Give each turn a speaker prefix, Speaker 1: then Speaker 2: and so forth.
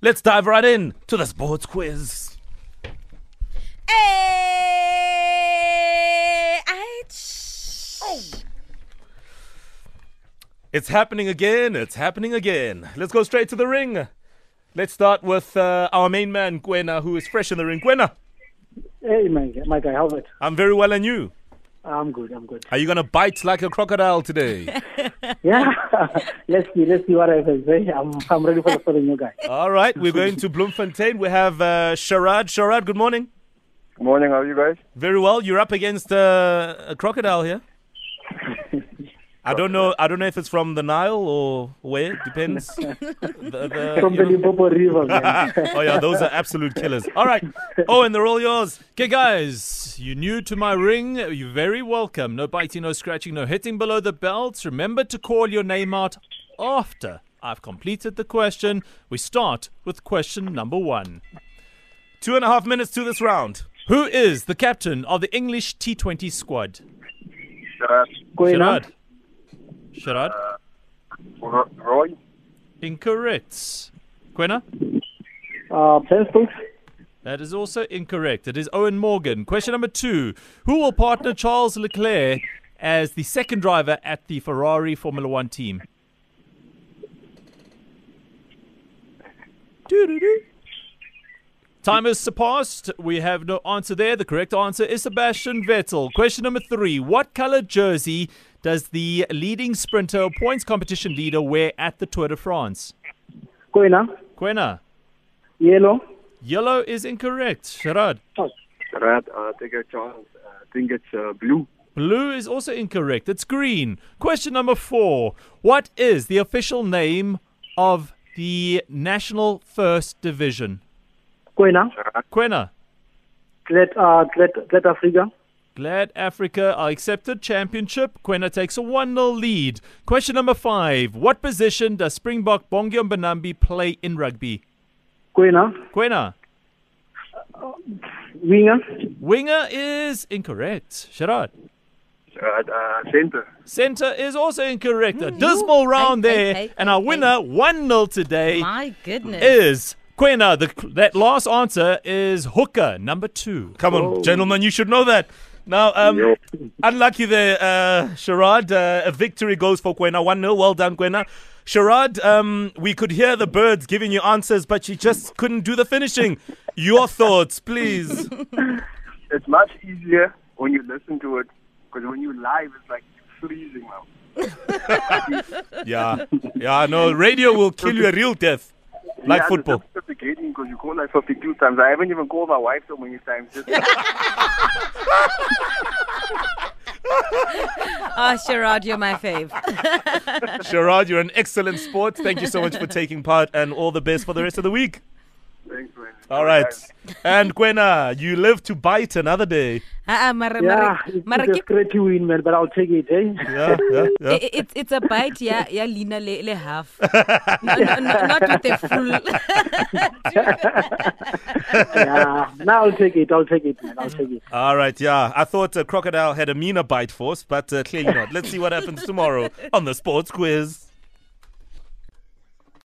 Speaker 1: Let's dive right in to the sports quiz.
Speaker 2: Hey, ouch.
Speaker 1: It's happening again. It's happening again. Let's go straight to the ring. Let's start with uh, our main man, Gwena, who is fresh in the ring. Gwena,
Speaker 3: Hey, my, guy- my guy, how's it?
Speaker 1: I'm very well and you.
Speaker 3: I'm good, I'm good.
Speaker 1: Are you going to bite like a crocodile today?
Speaker 3: Yeah, let's see, let's see what I can say. I'm, I'm ready for the, for the new guy.
Speaker 1: All right, we're going to Bloemfontein. We have uh, Sharad. Sharad, good morning.
Speaker 4: Morning, how are you guys?
Speaker 1: Very well. You're up against uh, a crocodile here. I don't know. I don't know if it's from the Nile or where. Depends. The- the-
Speaker 3: From
Speaker 1: you
Speaker 3: the
Speaker 1: know-
Speaker 3: Limpopo River, man.
Speaker 1: oh yeah, those are absolute killers. All right. Oh, and they're all yours.
Speaker 5: Okay, guys, you're new to my ring. You're very welcome. No biting, no scratching, no hitting below the belt. Remember to call your name out after I've completed the question. We start with question number one
Speaker 1: Two and a half minutes to this round.
Speaker 5: Who is the captain of the English T20 squad?
Speaker 4: Sharad,
Speaker 3: Koina,
Speaker 5: Sharad. Sharad.
Speaker 4: Ro- Roy,
Speaker 5: Incorrect. Quena?
Speaker 3: uh, Plain Stokes,
Speaker 5: That is also incorrect. It is Owen Morgan. Question number two Who will partner Charles Leclerc as the second driver at the Ferrari Formula One team? Doo-doo-doo. Time has surpassed. We have no answer there. The correct answer is Sebastian Vettel. Question number three What color jersey does the leading sprinter, or points competition leader, wear at the Tour de France?
Speaker 3: Koina,
Speaker 5: Quena,
Speaker 3: Yellow,
Speaker 5: yellow is incorrect. Sharad.
Speaker 4: Sharad, uh, take a chance. Uh, I think it's uh, blue.
Speaker 5: Blue is also incorrect. It's green. Question number four. What is the official name of the National First Division?
Speaker 3: Koina,
Speaker 5: Quena.
Speaker 3: Let, uh, Let, Let Africa,
Speaker 5: Glad Africa are accepted championship. Quena takes a 1 0 lead. Question number five. What position does Springbok Bongiam Banambi play in rugby?
Speaker 3: Koina,
Speaker 5: Quena.
Speaker 3: Winger,
Speaker 5: Winger is incorrect. Sharad.
Speaker 4: Sharad, uh, center.
Speaker 5: Center is also incorrect. A dismal round
Speaker 2: Mm-hmm. Hey, hey,
Speaker 5: there.
Speaker 2: hey,
Speaker 5: and our
Speaker 2: hey,
Speaker 5: winner 1 0 today.
Speaker 2: My goodness.
Speaker 5: is Quena. The, that last answer is hooker number two.
Speaker 1: Come on, gentlemen, you should know that. Now, um, unlucky there, uh, Sharad. Uh, a victory goes for Kwena. 1 0. Well done, Kwena. Sharad, um, we could hear the birds giving you answers, but you just couldn't do the finishing. Your thoughts, please.
Speaker 4: It's much easier when you listen to it because when you live, it's like freezing now.
Speaker 1: Yeah. Yeah, no, radio will kill you a real death, like
Speaker 4: yeah,
Speaker 1: football.
Speaker 4: It's suffocating because you call like 52 times. I haven't even called my wife so many times. Just
Speaker 2: Ah, Sherrod, you're my fave. Uh,
Speaker 1: Sharad, you're an excellent sport. Thank you so much for taking part and all the best for the rest of the week.
Speaker 4: thanks, man.
Speaker 1: All right. And Gwena, you live to bite another day.
Speaker 2: Ah, ah, mara-
Speaker 3: yeah,
Speaker 2: mara-
Speaker 3: it's,
Speaker 2: mara
Speaker 3: it's a
Speaker 2: ke-
Speaker 3: scratchy win, man, but I'll take it, eh?
Speaker 1: Yeah, yeah, yeah.
Speaker 2: i- i- it's it's a bite yeah yeah lina le, le half no, no, no, not with the full
Speaker 3: yeah, now I'll take it, I'll take it, man, I'll take it.
Speaker 1: All right, yeah. I thought uh, a crocodile had a meaner bite force, but uh, clearly not. Let's see what happens tomorrow on the sports quiz.